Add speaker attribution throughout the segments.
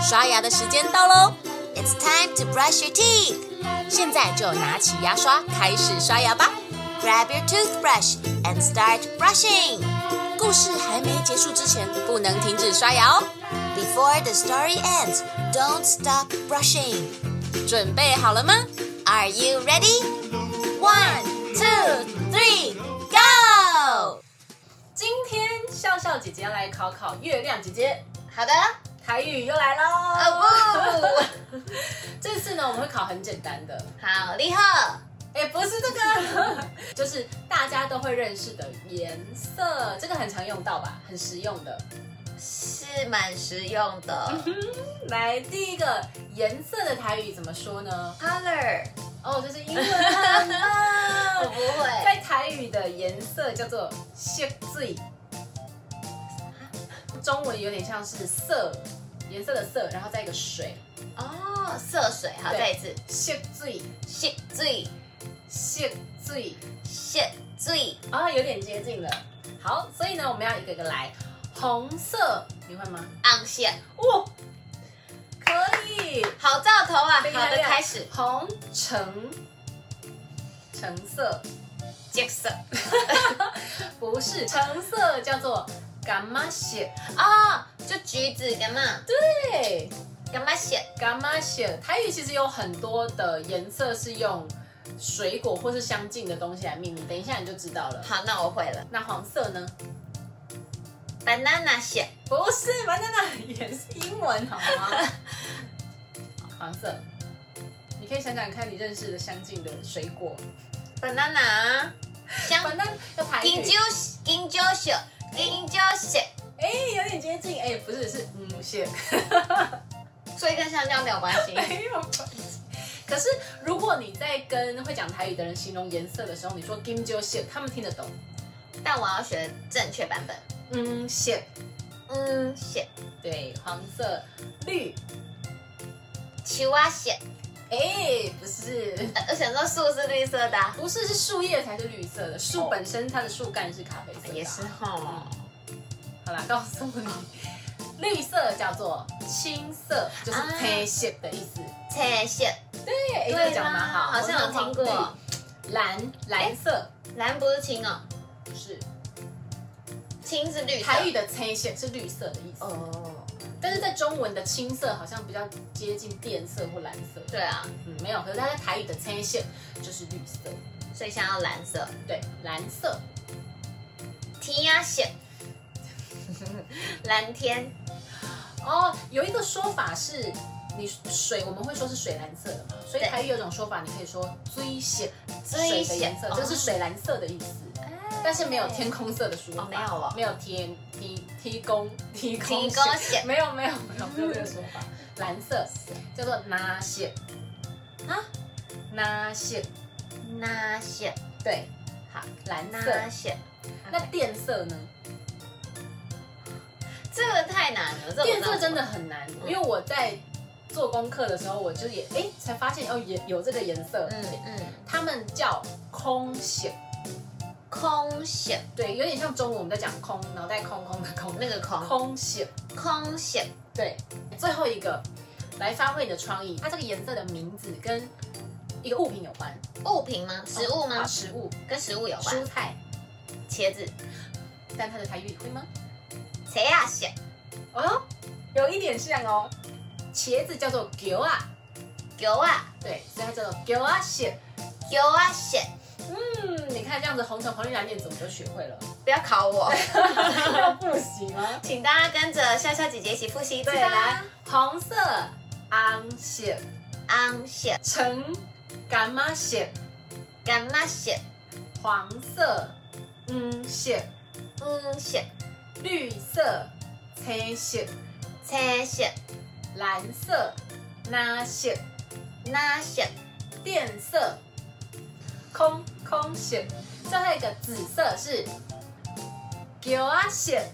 Speaker 1: 刷牙的时间到喽！It's time to brush your teeth。现在就拿起牙刷开始刷牙吧！Grab your toothbrush and start brushing。故事还没结束之前，不能停止刷牙哦。Before the story ends, don't stop brushing。准备好了吗？Are you ready? One, two, three, go！
Speaker 2: 今天笑笑姐姐要来考考月亮姐姐，
Speaker 1: 好的，
Speaker 2: 台语又来喽！
Speaker 1: 哦
Speaker 2: 这次呢，我们会考很简单的，
Speaker 1: 不，好厉害！
Speaker 2: 哎，不是这个， 就是大家都会认识的颜色，这个很常用到吧，很实用的。
Speaker 1: 是蛮实用的。
Speaker 2: 来，第一个颜色的台语怎么说呢？
Speaker 1: Color，
Speaker 2: 哦，这是英文 啊
Speaker 1: 我不会。
Speaker 2: 在台语的颜色叫做色水， 中文有点像是色，颜色的色，然后再一个水，
Speaker 1: 哦，色水，好，
Speaker 2: 对
Speaker 1: 再一次。
Speaker 2: 色水，
Speaker 1: 血醉，
Speaker 2: 色水，
Speaker 1: 血醉，
Speaker 2: 啊、有点接近了。好，所以呢，我们要一个一个来。红色，你会吗？
Speaker 1: 昂线，
Speaker 2: 哦，可以，
Speaker 1: 好兆头啊！
Speaker 2: 厉
Speaker 1: 好
Speaker 2: 害
Speaker 1: 的，
Speaker 2: 厉害
Speaker 1: 开始。
Speaker 2: 红橙，橙色
Speaker 1: 杰色，
Speaker 2: 不是橙色，叫做干嘛血？
Speaker 1: 哦，就橘子干嘛？
Speaker 2: 对。
Speaker 1: 干嘛血？
Speaker 2: 干妈写台语其实有很多的颜色是用水果或是相近的东西来命名，等一下你就知道了。
Speaker 1: 好，那我会了。
Speaker 2: 那黄色呢？
Speaker 1: banana 血，
Speaker 2: 不是，banana 也是英文好吗？ 黄色，你可以想想看你认识的相近的水果。
Speaker 1: banana 香，
Speaker 2: 反正要排
Speaker 1: 金
Speaker 2: 语。
Speaker 1: 蕉金蕉血，金蕉血。
Speaker 2: 哎、有点接近，哎、不是，是嗯写。
Speaker 1: 所以跟香蕉没有关系。
Speaker 2: 没有关系。可是如果你在跟会讲台语的人形容颜色的时候，你说金就写，他们听得懂。
Speaker 1: 但我要学正确版本。
Speaker 2: 嗯写，
Speaker 1: 嗯，血，
Speaker 2: 对，黄色绿。
Speaker 1: 青蛙血。
Speaker 2: 哎、不是，
Speaker 1: 呃我想说树是绿色的啊、
Speaker 2: 不是是树叶才是绿色的，树
Speaker 1: 哦
Speaker 2: 本身它的树干是咖啡色的啊、
Speaker 1: 哈。
Speaker 2: 好啦，告诉你，绿色叫做青色，就是
Speaker 1: 啊
Speaker 2: 黑色的意思。
Speaker 1: 彩血，
Speaker 2: 对，
Speaker 1: 对
Speaker 2: 哎这
Speaker 1: 啦
Speaker 2: 个讲得蛮好，
Speaker 1: 好像有听过
Speaker 2: 红黄绿。蓝蓝色、
Speaker 1: 蓝不是青哦，
Speaker 2: 是
Speaker 1: 青是绿的。
Speaker 2: 台语的青色是绿色的意思，
Speaker 1: 哦，
Speaker 2: 但是在中文的青色好像比较接近靛色或蓝色。
Speaker 1: 对啊，
Speaker 2: 嗯，没有，可是它在台语的青色就是绿色，
Speaker 1: 所以想要蓝色。
Speaker 2: 对，蓝色
Speaker 1: 天呀血， 蓝天
Speaker 2: 哦，有一个说法是，你水我们会说是水蓝色的嘛，所以
Speaker 1: 对
Speaker 2: 台语有一种说法，你可以说追血，
Speaker 1: 追血
Speaker 2: 水的颜色
Speaker 1: 哦
Speaker 2: 就是水蓝色的意思，但是没有天空色的说法，
Speaker 1: 哦没有哦
Speaker 2: 没有天提提供提供
Speaker 1: 提
Speaker 2: 提
Speaker 1: 供血嗯
Speaker 2: 没有没有没有没有这个说法，蓝色叫做拿血
Speaker 1: 啊，
Speaker 2: 拿血，
Speaker 1: 哎那血，
Speaker 2: 对，
Speaker 1: 好，
Speaker 2: 蓝色。
Speaker 1: 那血。
Speaker 2: 那电色呢？
Speaker 1: 这个太难了，这我
Speaker 2: 电
Speaker 1: 知道
Speaker 2: 色真的很难，
Speaker 1: 嗯
Speaker 2: 因为我在做功课的时候，我就也哎、才发现哦，也有这个颜色，
Speaker 1: 嗯嗯，
Speaker 2: 他们叫空血，
Speaker 1: 空血
Speaker 2: 对，有点像中文我们在讲空，脑袋空空的空，
Speaker 1: 那个空
Speaker 2: 空血，
Speaker 1: 空血
Speaker 2: 对，最后一个来发挥你的创意，它这个颜色的名字跟一个物品有关，
Speaker 1: 物品吗？食物吗？
Speaker 2: 食物，
Speaker 1: 跟食物有
Speaker 2: 蔬
Speaker 1: 关，
Speaker 2: 菜，
Speaker 1: 茄子，啊
Speaker 2: 但它的台语你会吗？
Speaker 1: 谁呀血？
Speaker 2: 哦，有一点像哦，茄子叫做韭啊，
Speaker 1: 有啊
Speaker 2: 对，所以它叫做韭啊血。
Speaker 1: 有啊血，
Speaker 2: 嗯，你看这样子红橙黄绿蓝靛紫，我们就学会了。
Speaker 1: 不要考我，
Speaker 2: 要不行吗？
Speaker 1: 请大家跟着笑笑姐姐一起复习一次
Speaker 2: 对，啊来
Speaker 1: 吧。，
Speaker 2: 红色昂血，
Speaker 1: 昂血、
Speaker 2: 橙干妈血，
Speaker 1: 干嘛血、
Speaker 2: 黄色嗯血，
Speaker 1: 嗯血、
Speaker 2: 绿色青血，
Speaker 1: 青血、
Speaker 2: 蓝色那血，
Speaker 1: 那血、
Speaker 2: 靛色空空血，最后一个紫色是九啊血。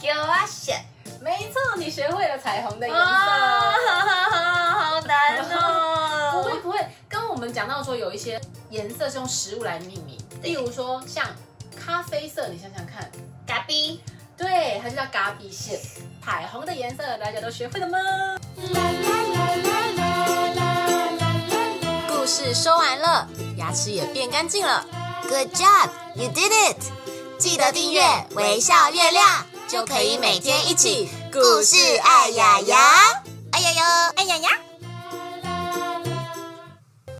Speaker 1: 有啊血。
Speaker 2: 没错，你学会了彩虹的颜色。
Speaker 1: 哇，哦好难
Speaker 2: 不会
Speaker 1: 哦！
Speaker 2: 不会，刚刚我们讲到说有一些颜色是用食物来命名，例如说像咖啡色，你想想看，
Speaker 1: 咖啡、
Speaker 2: 对，它就叫嘎比蟹。彩虹的颜色大家都学会了吗？
Speaker 1: 故事说完了，牙齿也变干净了。Good job, you did it！记得订阅“微笑月亮”，就可以每天一起故事爱牙牙，爱牙牙，爱牙牙。